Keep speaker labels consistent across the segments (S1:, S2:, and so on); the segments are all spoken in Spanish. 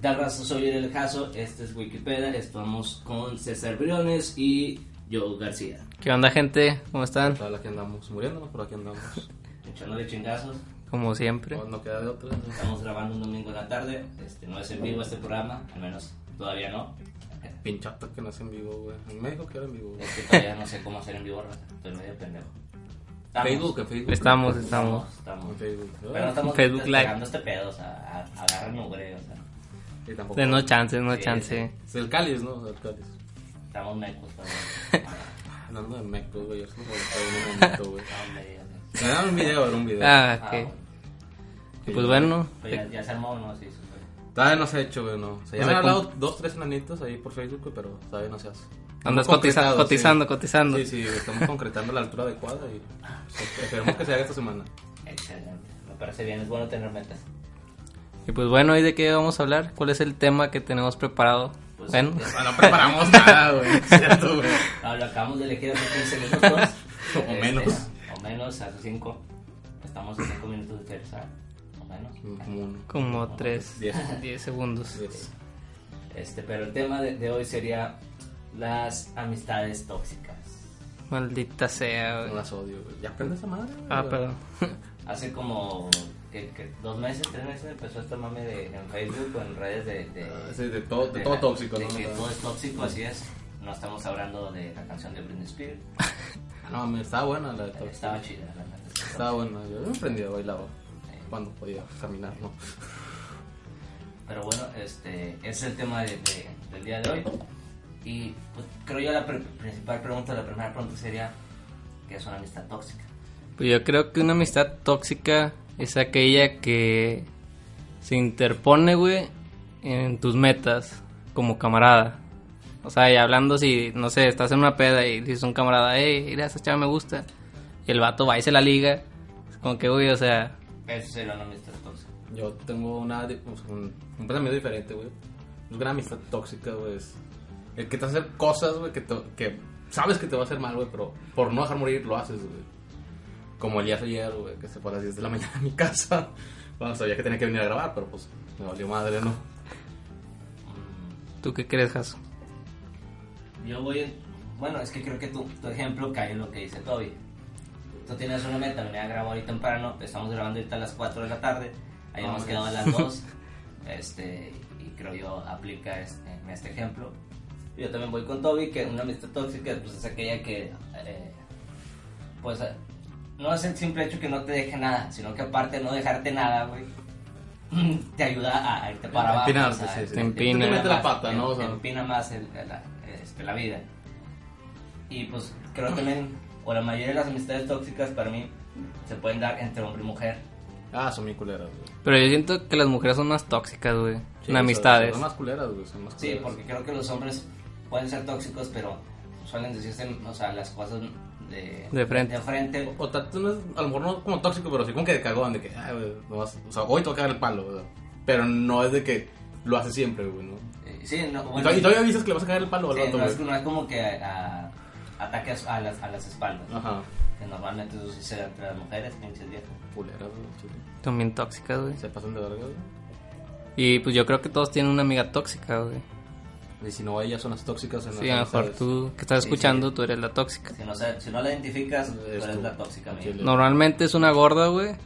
S1: Dalgas Soler El Jaso, este es Wikipedia, estamos con César Briones y Joe García.
S2: ¿Qué onda, gente? ¿Cómo están?
S3: Tal, aquí andamos, muriéndonos, pero aquí andamos.
S1: Echándole chingazos,
S2: Como siempre.
S3: No, no queda de otra.
S1: estamos grabando un domingo en la tarde, este, no es en vivo este programa, al menos todavía no,
S3: Pinchata que no es en vivo, güey. En México que era en vivo. güey.
S1: es que todavía no sé cómo hacer en vivo, raza, estoy medio pendejo. Estamos,
S3: Facebook, en Facebook.
S2: Estamos, estamos.
S1: estamos.
S3: En Facebook.
S1: Pero no estamos
S2: Facebook Live.
S1: despegando este pedo, o sea, a- agarren mugre, o sea,
S3: Y tampoco.
S2: De no chance, no
S1: Sí,
S2: chance.
S3: Es el cáliz, ¿no? Es el cáliz. Ah,
S1: estamos mecos todavía,
S3: Hablando de Mecos, güey. Yo solo voy a un momento, güey.
S1: estamos medio...
S3: Me dan un video, era un video.
S2: Ah,
S1: Ah,
S2: ok.
S1: bueno.
S2: Y pues bueno,
S1: Pues ya, ya se armó, o ¿no? Sí, sí, sí.
S3: Todavía no se ha hecho, güey, no. O
S2: No
S3: sea, ya me
S2: sé
S3: han hablado dos, tres enanitos ahí por Facebook, güey, pero todavía no se hace.
S2: andas
S3: Hemos concretado,
S2: cotizando, cotizando, cotizando.
S3: sí. Sí, sí, güey, estamos concretando la altura adecuada y pues, esperemos que se haga esta semana.
S1: Excelente. Me parece bien, es bueno tener metas.
S2: Y pues bueno, ¿y de qué vamos a hablar? ¿Cuál es el tema que tenemos preparado?
S1: Pues,
S2: bueno,
S1: es-
S3: Ah, No preparamos nada, güey. ¿Cierto, güey?
S1: Ah, lo acabamos de elegir hace 15 minutos. Este,
S3: O menos.
S1: O menos, hace 5. Estamos a 5 minutos de tercera. O menos.
S3: Como uno.
S2: como 3,
S3: Diez.
S2: 10 segundos.
S3: Yes.
S1: Este, pero el tema de, de hoy sería las amistades tóxicas.
S2: Maldita sea,
S3: No
S2: güey.
S3: las odio, güey. Ya prende esa madre, güey.
S2: Ah, perdón.
S1: Hace como que, que dos meses, tres meses empezó esta mame de, en Facebook o en redes de, de,
S3: Ah, sí, de todo- de
S1: la-
S3: todo tóxico,
S1: de
S3: ¿no?
S1: que todo es tóxico, así es. No estamos hablando de la canción de Britney Spears.
S3: Ah, No, me estaba buena la de
S1: pero
S3: Toxic.
S1: Estaba chida, la neta.
S3: Estaba buena. Yo he aprendido a bailar cuando podía caminar, ¿no?
S1: Pero bueno, este ese es el tema de- de- del día de hoy. Y pues, creo yo la pre- principal pregunta, la primera pregunta sería, ¿qué es una amistad tóxica?
S2: Pues yo creo que una amistad tóxica es aquella que se interpone, güey, en tus metas como camarada. O sea, y hablando si, no sé, estás en una peda y dices a un camarada, hey, mira, esa chava me gusta. Y el vato va y se la liga. Es como que, güey, o sea,
S1: Eso sería una amistad tóxica.
S3: Yo tengo una, di- o sea, un, un pensamiento diferente, güey. Es una amistad tóxica, güey. es El que te hace cosas, güey, que, te- que sabes que te va a hacer mal, güey, pero por no dejar morir lo haces, güey. Como el día de ayer, güey, que se fue a las 10 de la mañana a mi casa. Bueno, sabía que tenía que venir a grabar, pero pues me valió madre, ¿no?
S1: Mm,
S2: ¿tú qué crees, Jaso?
S1: Yo voy, en- bueno, es que creo que tu, tu ejemplo cae en lo que dice Toby. Tú tienes una meta, venía a grabar hoy temprano, estamos grabando ahorita a las 4 de la tarde, ahí hemos quedado
S3: Vamos.
S1: a las 2, este, y creo yo aplica este- en este ejemplo. Yo también voy con Toby, que una amistad tóxica pues, es aquella que, eh, pues, eh, no es el simple hecho que no te deje nada, sino que aparte de no dejarte nada, güey, te ayuda a, a irte para abajo.
S3: Empinarte,
S1: o sea,
S3: sí, sí.
S2: Te empina.
S3: Te mete la
S1: más,
S3: pata,
S1: te-
S3: ¿no? O
S1: te
S3: sea.
S1: empina más el- la, este, la vida. Y pues creo también, o la mayoría de las amistades tóxicas para mí se pueden dar entre hombre y mujer.
S3: Ah, son mi culeras, güey.
S2: Pero yo siento que las mujeres son más tóxicas, güey,
S3: Sí,
S2: en
S3: o sea,
S2: amistades.
S3: Son más culeras, güey, son más
S1: Sí,
S3: culeras.
S1: porque creo que los hombres pueden ser tóxicos, pero suelen decirse, o sea, las cosas de,
S2: De frente.
S1: frente.
S3: O tal vez no es, a lo mejor no como tóxico, pero sí como que de cagón, de que, ay, güey, no vas- o sea, hoy tocar el palo, güey. Pero no es de que lo hace siempre, güey, ¿no?
S1: Eh, Sí, no,
S3: Y
S1: bueno,
S3: todavía- y todavía dices que le vas a cagar el palo al
S1: sí,
S3: vato,
S1: no, es,
S3: güey.
S1: no es como que a- ataques a las, a las espaldas,
S3: Ajá,
S1: que normalmente eso sí se da entre las mujeres, pinches viejas.
S3: culeras, güey, chile.
S2: También tóxicas, güey.
S3: Se pasan de verga, güey.
S2: Y pues yo creo que todos tienen una amiga tóxica, güey.
S3: Y si no, ellas son las tóxicas en
S2: Sí, a lo mejor tú que estás
S1: Sí,
S2: escuchando,
S1: sí.
S2: tú eres la tóxica.
S1: Si no, se- si no la identificas, tú
S3: Es
S1: eres
S3: tú.
S1: la tóxica, amigo.
S3: Chile.
S2: Normalmente es una gorda, güey.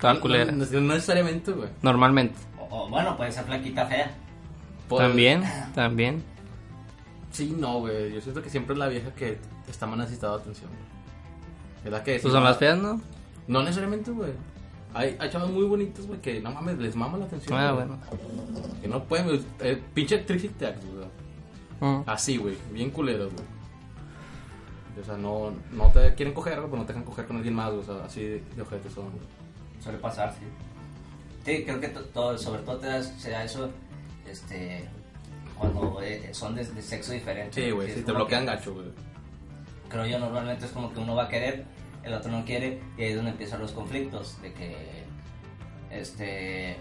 S2: Toda culera.
S3: No, no- no necesariamente, güey.
S2: Normalmente.
S1: O, o, bueno, puede ser flaquita fea.
S3: Por-
S2: También, también.
S3: Sí, no, güey. Yo siento que siempre es la vieja que está más necesitada de atención. ¿Verdad que
S2: Pues
S3: sí,
S2: son
S3: no?
S2: las feas, ¿no?
S3: No necesariamente, güey. Hay, hay chavas muy bonitas, güey, que no mames, les mama la atención.
S2: Ah,
S3: güey.
S2: bueno.
S3: Que no pueden, güey. Eh, pinche Trixie Tax, güey.
S2: Mm.
S3: Así, güey. Bien culeros, güey. O sea, no, no te quieren coger, güey, pero no te dejan coger con alguien más, güey. O sea, así de, de ojetes son, güey.
S1: Suele pasar, sí. Sí, creo que to- todo, sobre todo te da, se da eso este, cuando eh, son de, de sexo diferente.
S3: Sí, güey.
S1: es
S3: Si te
S1: como
S3: bloquean
S1: que-
S3: gacho, güey.
S1: Creo yo, normalmente es como que uno va a querer, el otro no quiere, y ahí es donde empiezan los conflictos. De que, este,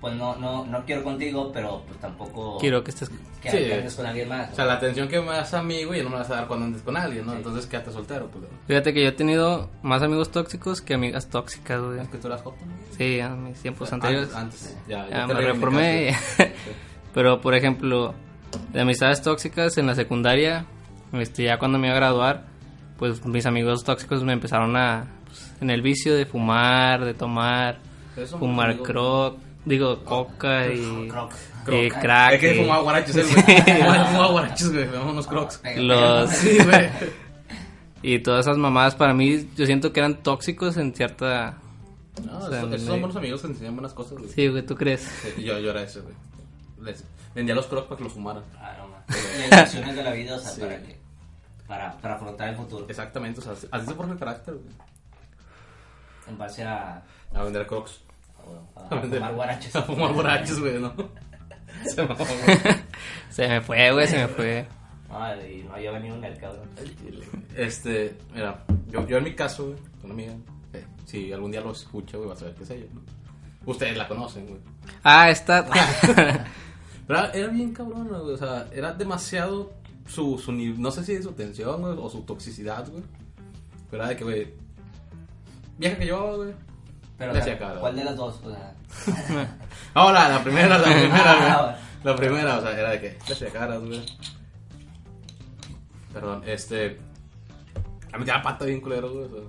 S1: pues no, no, no quiero contigo, pero pues tampoco
S2: Mm. Quiero que estés.
S1: que
S3: Sí.
S1: que andes con alguien más.
S3: O sea, la atención que me das a mí, güey, no me la vas a dar cuando andes con alguien, ¿no?
S1: Sí.
S3: Entonces quédate soltero, pues, culero.
S2: Fíjate que yo he tenido más amigos tóxicos que amigas tóxicas, güey.
S3: Es que tú eras joven, güey.
S2: Sí, en mis tiempos
S3: antes,
S2: anteriores.
S3: antes, ya,
S2: Ya
S3: te
S2: me
S3: reivindicaste.
S2: reformé. Pero, por ejemplo, de amistades tóxicas en la secundaria, este, ya cuando me iba a graduar, pues mis amigos tóxicos me empezaron a. pues, en el vicio de fumar, de tomar,
S3: Eso,
S2: fumar
S3: amigo.
S2: croc, digo, coca
S1: Croc.
S2: y. y
S1: Croc.
S2: Eh, crack. Ah,
S3: Es que
S2: y-
S3: fumaba guarachos, eh, güey. Fumaba fumaba guarachos, güey. Me daban unos crocs.
S1: Pega- pega-
S2: Los-
S3: Sí, güey.
S2: y todas esas mamadas para mí, yo siento que eran tóxicos en cierta.
S3: No,
S2: O sea,
S3: esos, esos
S2: me-
S3: son buenos amigos que te enseñan buenas cosas, güey.
S2: Sí, güey, ¿tú crees?
S3: Sí, Yo, yo era ese, güey. Les- Vendía los crocs para que los fumaran.
S1: Ah, no, man. Y las lecciones de la vida, o sea, para que para, para afrontar el futuro
S3: Exactamente, o sea, así- así se forma el carácter, güey.
S1: en base a, a,
S3: A vender crocs.
S1: a
S3: A vender-
S1: fumar guarachos.
S3: A fumar guarachos, güey, ¿no? Se mamó, güey.
S2: Se me fue, güey, se me fue.
S1: No, Ah, y no lleva ni un mercado.
S3: Este, mira, yo, yo en mi caso, güey, una amiga, eh, si algún día lo escucha, güey, va a saber qué es ella, ¿no? Ustedes la conocen, güey.
S2: Ah, está.
S3: Pero era bien cabrona, güey. O sea, era demasiado su, su ni- no sé si su tensión, güey, o su toxicidad, güey. Pero era de que, güey, vieja que yo, güey.
S1: Pero,
S3: Ya
S1: o sea,
S3: se acaba.
S1: ¿cuál de las dos? O sea,
S3: Ahora, la primera, la primera, güey.
S1: Ah,
S3: La primera, o sea, era de que, ya se caras, güey. Perdón, este. A mí te da pata bien culero, güey. o sea.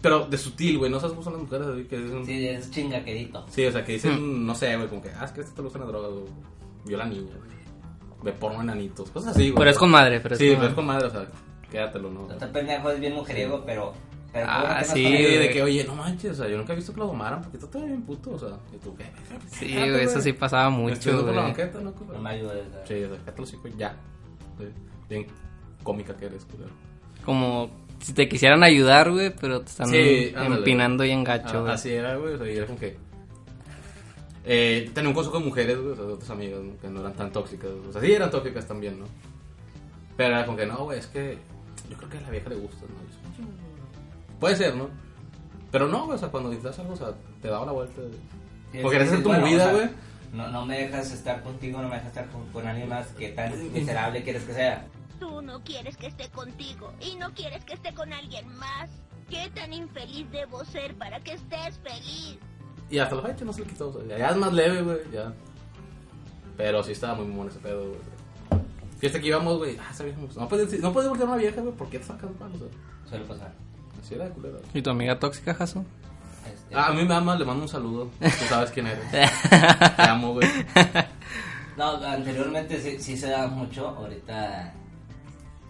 S3: Pero de sutil, güey. No sabes cómo son las mujeres, así que dicen. Sí,
S1: sí, es chingaquerito.
S3: o sea, que
S2: Mm.
S3: dicen, no sé, güey, como que, ah, es que a este te gustan las drogas, güey. Viola niña, güey. Ve porno enanitos, cosas así, güey.
S2: Pero es con madre, pero es
S3: Sí,
S2: con
S3: pero es
S2: madre.
S3: con madre, o sea, quédatelo, ¿no?
S1: O sea, este pendejo es bien mujeriego, pero. pero
S2: Ah,
S1: qué bueno que no está
S2: sí,
S3: Sí,
S1: con él.
S3: de
S2: güey.
S3: que, oye, no manches, o sea, yo nunca he visto que lo domaran porque tú te ves bien puto, o sea, y tú, ¿qué? Ah,
S2: Sí,
S3: pues
S2: güey, eso sí pasaba mucho,
S3: por la
S2: güey.
S3: banqueta, ¿no?
S1: No me ayudes. o sea.
S3: Sí, o sea, cállate los hijos, ya. Sí, Bien cómica que eres, culero.
S1: Ah,
S2: Como si te quisieran ayudar, güey, pero te están
S3: Sí, ándale.
S2: empinando y engacho,
S3: Ah,
S2: güey.
S3: así era, güey, o sea, y era como que... Eh, tenía un consejo de mujeres, güey, o sea, de otras amigas, ¿no? que no eran tan tóxicas. O sea, sí eran tóxicas también, ¿no? Pero era como que, no, güey, es que yo creo que a la vieja le gusta, ¿no? Y yo, "Mm, Puede ser, ¿no? Pero no, güey, o sea, cuando necesitas algo, o sea, te daba la vuelta. güey.
S1: Sí,
S3: Porque
S1: sí,
S3: esa es tu
S1: bueno,
S3: movida,
S1: o sea,
S3: güey.
S1: No, no me dejas estar contigo, no me dejas estar con, con alguien más. ¿Qué tan miserable quieres que sea?
S4: Tú no quieres que esté contigo y no quieres que esté con alguien más. ¿Qué tan infeliz debo ser para que estés feliz?
S3: Y hasta la fecha no se le quitó, o sea, ya, ya es más leve, güey, ya. Pero sí estaba muy mono ese pedo, güey. Fiesta que íbamos, güey, ah, esa vieja me gusta. No puedes, decir- no puedes voltear a una vieja, güey, porque te sacas mal, o sea,
S1: Suele pasar.
S3: así era de culera. güey.
S2: ¿Y tu amiga tóxica, Jaso?
S1: Este,
S3: Ah, a mí me ama, le mando un saludo. Tú sabes quién eres. Te amo, güey.
S1: No, anteriormente sí, sí se daba mucho. Ahorita.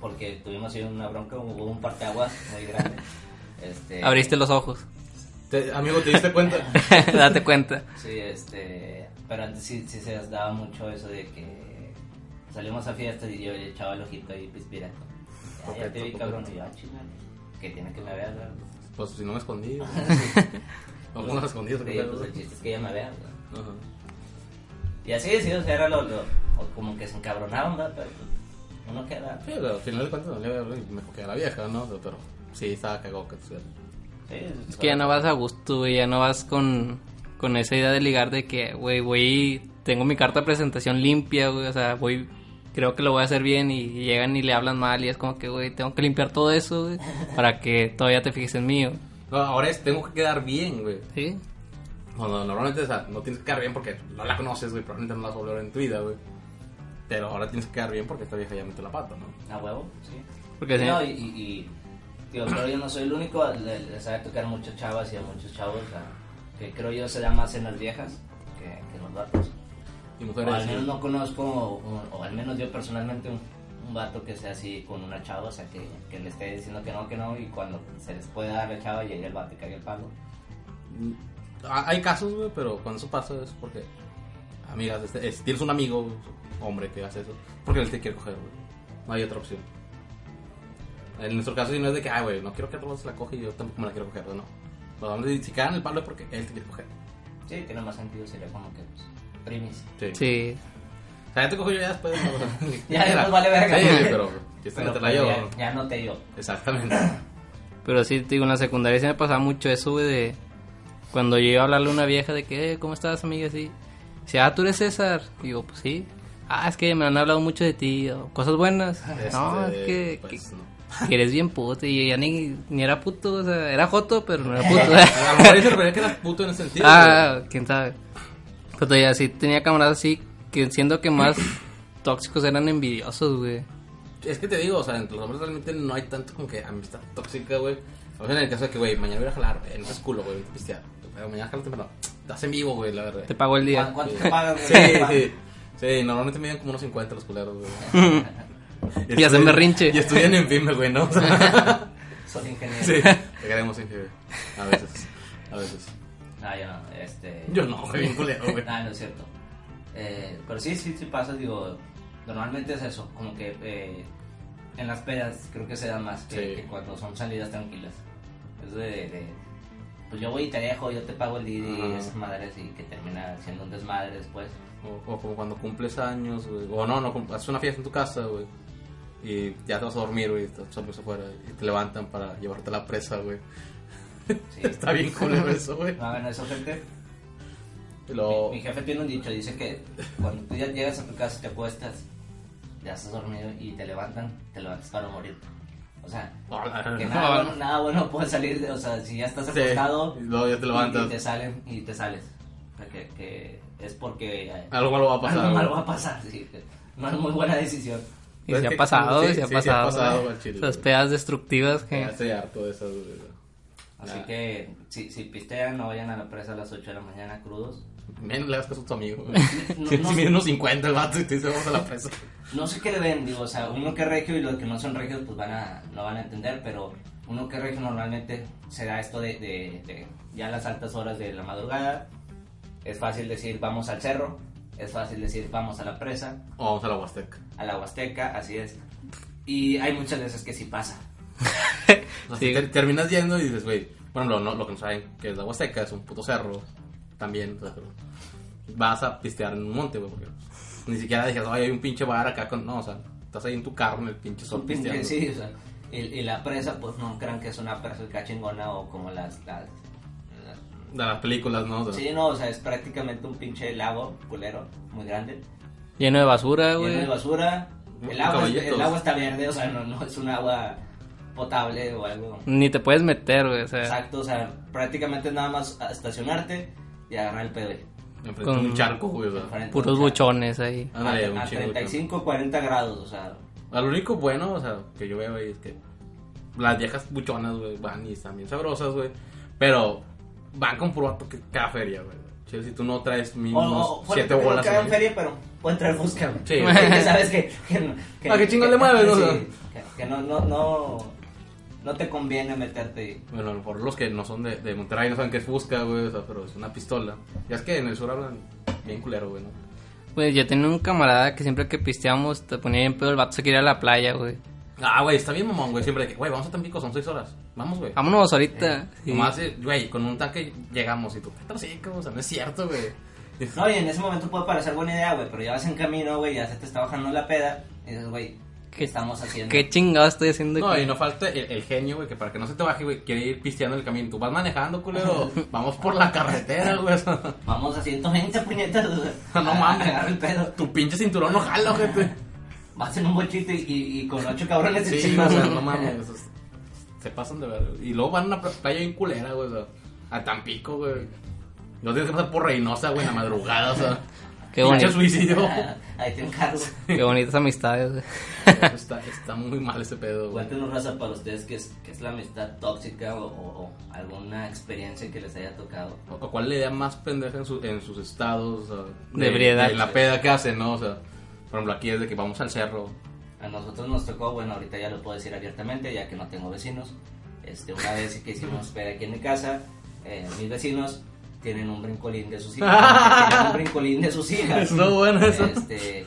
S1: Porque tuvimos ahí una bronca, hubo un parteaguas muy grande.
S3: Eh.
S1: Este,
S2: Abriste los ojos.
S3: Te- amigo, ¿te diste cuenta?
S2: Date cuenta.
S1: Sí, este. Pero antes sí, sí se daba mucho eso de que salimos a fiestas y yo echaba el ojito ahí pispirando. Ya, ya te vi,
S3: Coqueto,
S1: cabrón. Y yo, ah, chingada, que tiene que me veas, ¿verdad?
S3: Pues si no me escondí, güey. No, ¿cómo no me escondí?
S1: Sí, pues el chiste es que ella me vea, ¿verdad?
S3: Ajá.
S1: Y así, sí, o sea, era lo. lo o como que se encabronaban, ¿verdad? Pero pues, uno queda.
S3: Sí, pero al final de cuentas no le voy a me coqué a la vieja, ¿no? O sea, pero sí, estaba cagado que sea.
S1: Sí, pues,
S2: Es que ya no vas a gusto, güey, ya no vas con, con esa idea de ligar de que, güey, güey, tengo mi carta de presentación limpia, güey, o sea, voy, creo que lo voy a hacer bien y llegan y le hablan mal y es como que, güey, tengo que limpiar todo eso, güey, para que todavía te fijes en mí, güey.
S3: No, ahora es, tengo que quedar bien, güey.
S2: ¿Sí?
S3: Cuando normalmente o sea, no tienes que quedar bien porque no la conoces, güey, probablemente no la vas a volver a ver en tu vida, güey. Pero ahora tienes que quedar bien porque esta vieja ya metió la pata, ¿no?
S1: A huevo, sí.
S2: Porque si-
S1: No, y, y, y, digo, creo yo no soy el único, le, le sabe tocar a muchos chavas y a muchos chavos, o sea, que creo yo se da más en las viejas que, que en los vatos.
S3: Y
S1: O
S3: mujeres,
S1: al menos
S3: sí.
S1: no conozco, o, o al menos yo personalmente, un, un vato que sea así con una chava, o sea, que, que le esté diciendo que no, que no, y cuando se les puede dar la chava, llegue el vato y cague el palo.
S3: Ha- hay casos, güey, pero cuando eso pasa es porque, amigas, este, es- tienes un amigo, hombre, que hace eso, porque él te quiere coger, güey. No hay otra opción. En nuestro caso, si no es de que, ay, güey, no quiero que otro vato se la coge y yo tampoco me la quiero coger, no. Pero hombre, si cagan el palo es porque él te quiere coger.
S1: Sí, tiene más sentido, sería como que, pues, primis.
S2: Sí,
S3: O sea, ya te cojo yo ya después. ¿no? O sea,
S1: Ya, ya nos vale verga.
S3: Sí, pero yo estoy
S1: Pero pues,
S3: no te la llevo.
S1: ya, ya no te yo.
S3: Exactamente.
S2: pero sí, te digo, en la secundaria sí me pasaba mucho eso, güey, de, Cuando yo iba a hablarle a una vieja de que, eh, ¿cómo estás, amiga? Así. Dice, ah, tú eres César. Digo, pues sí. Ah, es que me han hablado mucho de ti. o cosas buenas. no, es
S3: Este,
S2: que,
S3: pues,
S2: que-
S3: no.
S2: que eres bien puto. Y ya ni, ni era puto, o sea, era joto, pero no era puto.
S3: A lo mejor ella se refería que eras puto en ese sentido.
S2: ah, quién sabe. Pero todavía sí tenía camaradas así que siento que más tóxicos eran envidiosos, güey.
S3: güey. Es que te digo, o sea, entre los hombres realmente no hay tanto como que amistad tóxica, güey. O sea, en el caso de que, güey, mañana voy a jalar, güey, no seas culo, güey, vete a pistear. Pero mañana jalo temprano. Estás en vivo, güey, la verdad.
S2: Te pagó el día.
S3: Pues
S1: ¿Cuán- ¿Cuánto te pagan?
S3: Sí, sí. Sí, normalmente miden como unos 50 los culeros, güey.
S2: Y hacen berrinche.
S3: Y estudian en PYME, güey, ¿no? O sea,
S1: Soy ingeniero.
S3: sí, te queremos en PYME. A veces, a veces.
S1: No, yo no. Este...
S3: Yo no, güey, bien culero, güey.
S1: Ah, no es cierto. Eh, pero sí, sí, sí pasa, digo, normalmente es eso, como que eh, en las pedas creo que se dan más que,
S3: Sí.
S1: que cuando son salidas tranquilas. Es de, de, pues yo voy y te dejo, yo te pago el Didi y
S3: Ajá.
S1: esas madres y que termina siendo un desmadre después.
S3: O, o como cuando cumples años, güey. O no, no, cum- haces una fiesta en tu casa, güey. Y ya te vas a dormir, güey. Estás pues, afuera. Y te levantan para llevarte a la presa, güey.
S1: Sí.
S3: Está bien culero eso, güey.
S1: No hagan eso, gente.
S3: Y luego-
S1: Mi, mi jefe tiene un dicho, dice que cuando tú ya llegas a tu casa, te acuestas, ya estás dormido y te levantan, te levantas para morir. O sea,
S3: Oh,
S1: que nada, bueno, nada bueno puede salir, de- o sea, si ya estás
S3: Sí.
S1: acostado,
S3: Y luego ya te
S1: Y, y te
S3: levantas.
S1: salen, y te sales. O sea, que, que es porque eh,
S3: Algo malo va a pasar.
S1: algo
S3: güey.
S1: malo va a pasar. sí. No es muy buena decisión.
S2: Y se
S3: Pues es
S2: ha
S3: que-
S2: pasado,
S3: sí,
S2: y se ha
S3: sí, sí, ha
S2: pasado.
S3: pasado,
S2: güey.
S3: al chile,
S2: Esas
S3: güey.
S2: pedas destructivas que...
S3: Ya estoy harto de esas, güey.
S1: Así
S3: Ah.
S1: que si, si pistean, no vayan a la presa a las 8 de la mañana crudos.
S3: Menos le hagas caso a tu amigo, güey.
S1: No,
S3: Si
S1: no.
S3: mide unos 50 el vato y te dice vamos a la presa.
S1: No sé qué le ven, digo, o sea, uno que es regio y los que no son regios pues van a, no van a entender, pero uno que es regio normalmente se da esto de, de- de ya las altas horas de la madrugada. Es fácil decir vamos al cerro, es fácil decir vamos a la presa,
S3: O vamos a la Huasteca.
S1: a la Huasteca, así es. Y hay muchas veces que sí pasa.
S3: O sea,
S2: Sí.
S3: si te- terminas yendo y dices, güey, bueno, lo, no, lo que no saben, que es la Huasteca, es un puto cerro, también, o sea, pero vas a pistear en un monte, güey, porque ni siquiera dices, ay, hay un pinche bar acá con, no, o sea, estás ahí en tu carro en el pinche sol pisteando.
S1: Sí, o sea, y, y la presa, pues no crean que es una presa acá chingona o como las... las, las-
S3: De las películas, ¿no? O sea,
S1: Sí, no, o sea, es prácticamente un pinche lago culero, muy grande,
S2: Lleno de basura,
S1: lleno de
S2: Ah, güey.
S1: basura. El agua, es-
S3: Caballitos.
S1: el agua está verde, o sea, no, no es un agua potable o algo.
S2: Ni te puedes meter, güey. O sea,
S1: Exacto, o sea, prácticamente nada más a estacionarte y agarrar el pedo.
S3: enfrente
S2: con-
S3: de un charco, güey, o sea.
S1: Enfrente,
S2: puros
S1: o sea,
S2: buchones ahí.
S1: a-
S3: Ándale, un
S1: a
S3: chingo de charco.
S1: 35, 40 grados, o sea,
S3: A Lo único bueno, o sea, que yo veo ahí es que las viejas buchonas, güey, van y están bien sabrosas, güey. Pero van con puro vato que cada feria, güey. Chile, Si tú no traes
S1: O,
S3: mínimos
S1: o, o,
S3: Mm, siete
S1: bueno,
S3: bolas.
S1: Que hagan
S3: güey.
S1: feria, pero pueden traer busca. güey.
S3: Sí.
S1: Que- que sabes que. que,
S3: Ah, qué chingo le mueves, ¿no?
S1: sí, que, que no, no, no. No te conviene meterte.
S3: Bueno, a lo mejor los que no son de, de Monterrey no saben qué es busca, güey, o sea, pero es una pistola. Ya es que en el sur hablan bien culero, güey, ¿no?
S2: Güey, yo tenía un camarada que siempre que pisteamos te ponía bien pedo, el vato se quería ir a la playa, güey.
S3: Ah, güey, está bien mamón, güey, siempre de que, güey, vamos a Tampico, son seis horas. Vamos, güey.
S2: Vámonos ahorita. Sí.
S3: Nomás, eh, güey, con un tanque llegamos y tú, pero sí, como, o sea, no es cierto, güey.
S1: No, y en ese momento puede parecer buena idea, güey, pero ya vas en camino, güey, ya se te está bajando la peda. Y dices, güey, ¿qué estamos haciendo?
S2: ¿Qué chingado estoy haciendo
S3: No,
S2: aquí?
S3: y no falta el, el genio, güey, que para que no se te baje, güey, quiere ir pisteando el camino. Tú vas manejando, culero. Vamos por la carretera, güey.
S1: Vamos a 120 puñetas. o sea,
S3: No
S1: a- a
S3: mames.
S1: Agarrar el pedo.
S3: Tu pinche cinturón no jala, gente.
S1: Vas en un bochito y, y, y con ocho cabrones
S3: Sí,
S1: encima,
S3: o sea,
S1: güey.
S3: no mames. o sea, Se pasan de verga. Y luego van a una playa bien culera, güey. o sea, a Tampico, güey. No tienes que pasar por Reynosa, güey, en la madrugada, o sea.
S2: Qué
S3: pinche
S2: bonito.
S3: suicidio.
S1: Ah, Ahí te encargo.
S2: Qué bonitas amistades, güey.
S3: está, está muy mal ese pedo, güey.
S1: Cuéntenos, raza, para ustedes qué es, qué es la amistad tóxica o, o- o alguna experiencia que les haya tocado.
S3: O o cuál es la idea más pendeja en, su- en sus estados. o sea,
S2: De ebriedad.
S3: de la peda que hacen, ¿no? O sea, por ejemplo, aquí es de que vamos al cerro.
S1: A nosotros nos tocó, bueno, ahorita ya lo puedo decir abiertamente, ya que no tengo vecinos. Este, una vez que hicimos peda aquí en mi casa, eh, mis vecinos tienen un brincolín de sus hijas. tienen un brincolín de sus hijas.
S3: Estuvo bueno eso.
S1: Este,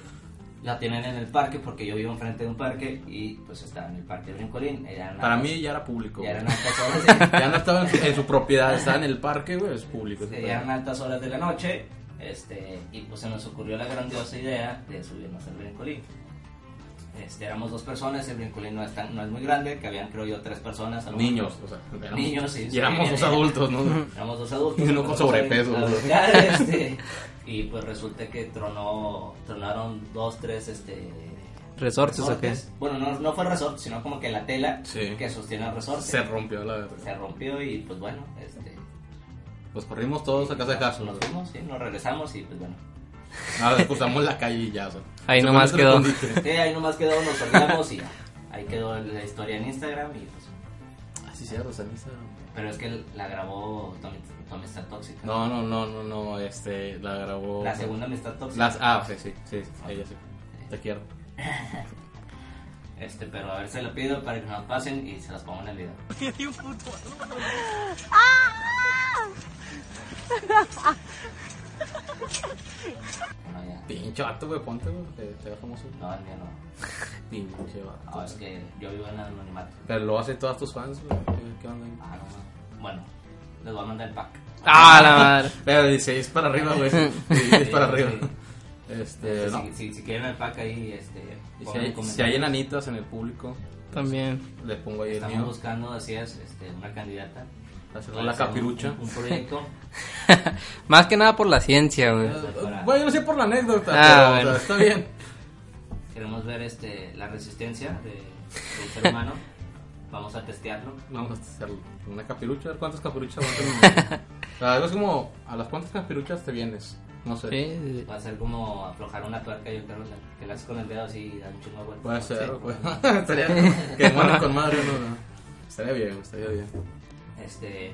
S1: la tienen en el parque porque yo vivo enfrente de un parque y pues estaba en el parque de brincolín. Eran
S3: Para
S1: altas-
S3: mí ya era público.
S1: ya eran
S3: güey.
S1: altas horas.
S3: Ya no estaba en su, en su propiedad, estaba en el parque, güey, es público. ese pedo.
S1: Serían altas horas de la noche, este, y pues se nos ocurrió la grandiosa idea de subirnos al brincolín. Este, éramos dos personas, el brincolín no es, tan- no es muy grande, que habían, creo yo, tres personas. a lo mejor.
S3: Niños, o sea. éramos-
S1: Niños, sí,
S3: Y éramos
S1: sí,
S3: dos
S1: era-
S3: adultos, ¿no?
S1: Éramos dos adultos. pues,
S3: Y uno con sobrepeso,
S1: Claro,
S3: bro.
S1: claro, este, y pues resulta que tronó, tronaron dos, tres, este...
S2: ¿Resortes o qué?
S1: Bueno, no, no fue resorte, sino como que la tela
S3: Sí.
S1: que sostiene el resorte.
S3: Se rompió la.
S1: Se rompió y pues bueno, este...
S3: Pues corrimos todos a casa de Jason.
S1: Nos fuimos, sí, nos regresamos y pues bueno.
S3: Ah, cruzamos la calle y ya. o sea,
S2: Ahí
S3: se
S2: nomás
S3: fue nuestro
S2: quedó.
S3: escondite.
S1: Sí, ahí nomás quedó, nos olvidamos y ya. Ahí quedó la historia en Instagram y pues...
S3: Ah, sí, cierto, o sea, esa-
S1: Pero es que la grabó Tommy, Tommy está tóxica.
S3: No, no, no, no, no, este, la grabó.
S1: La segunda amistad tóxica.
S3: Las, ah, sí, sí, sí, ella sí. Te quiero.
S1: Este, pero a ver, se la pido para que nos pasen y se las pongo en el video.
S4: ¡Ah!
S1: Bueno, ya.
S3: Pinche vato, güey, ponte, güey, te, te da famoso.
S1: No, el mío no.
S3: Pinche vato.
S1: No, es que yo vivo en anonimato.
S3: Pero lo hacen todas tus fans, güey. ¿Qué- ¿Qué onda? ahí?
S1: Ah, no, no. Bueno, les voy a mandar el pack.
S2: Ah, la madre.
S3: Pero 16 Eh, para arriba, güey. 16 para arriba.
S1: Sí.
S3: Este, no.
S1: si, si, si quieren el pack ahí, este.
S3: Y si
S1: pongan
S3: hay, si
S1: comentarios.
S3: hay enanitas en el público,
S2: También.
S3: les pongo ahí el
S1: Estamos
S3: mío.
S1: buscando, así es, este, una candidata.
S3: Hacer
S1: Para
S3: la
S1: hacer un-
S3: capirucha.
S1: Un, un proyecto.
S2: Más que nada por la ciencia, güey.
S1: Para-
S3: Bueno, yo no sé por la anécdota,
S2: Ah,
S3: pero o sea, está bien.
S1: Queremos ver este, la resistencia de- del ser humano. Vamos a testearlo.
S3: Vamos a hacerlo. Una capirucha, a ver cuántas capiruchas aguantan. O sea, Algo es como, ¿a las cuántas capiruchas te vienes? No sé.
S2: Sí, sí, sí.
S1: Va a ser como aflojar una tuerca, yo creo, la- que la haces con el dedo así y da un chingo de vueltas.
S3: Puede ser,
S1: Sí.
S3: güey. Estaría como que muera con madre, no, no. Estaría bien, estaría bien.
S1: Este,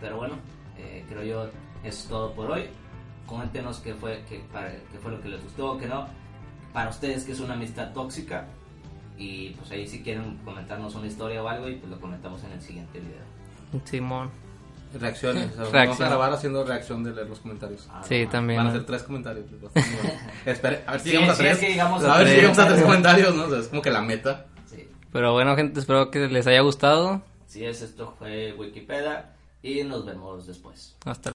S1: pero bueno, eh, creo yo es todo por hoy. Coméntenos qué fue, qué, para- qué fue lo que les gustó, qué no. Para ustedes, que es una amistad tóxica. Y pues ahí si quieren comentarnos una historia o algo y pues lo comentamos en el siguiente video.
S2: Simón.
S3: Reacciones. o sea, Vamos a
S2: Reacción.
S3: grabar haciendo reacción de leer los comentarios.
S1: Ah,
S2: Sí,
S1: no,
S2: también.
S3: Van a
S2: ¿no?
S3: ser tres comentarios. pues, bastante bueno. Espere, a ver si
S1: Sí, sí,
S3: llegamos a tres.
S1: es que llegamos
S3: a,
S1: a
S3: ver si
S1: tres.
S3: llegamos a tres comentarios, ¿no? O sea, es como que la meta.
S1: sí.
S2: Pero bueno, gente, espero que les haya gustado.
S1: Así es, esto fue Wikipedia y nos vemos después.
S2: Hasta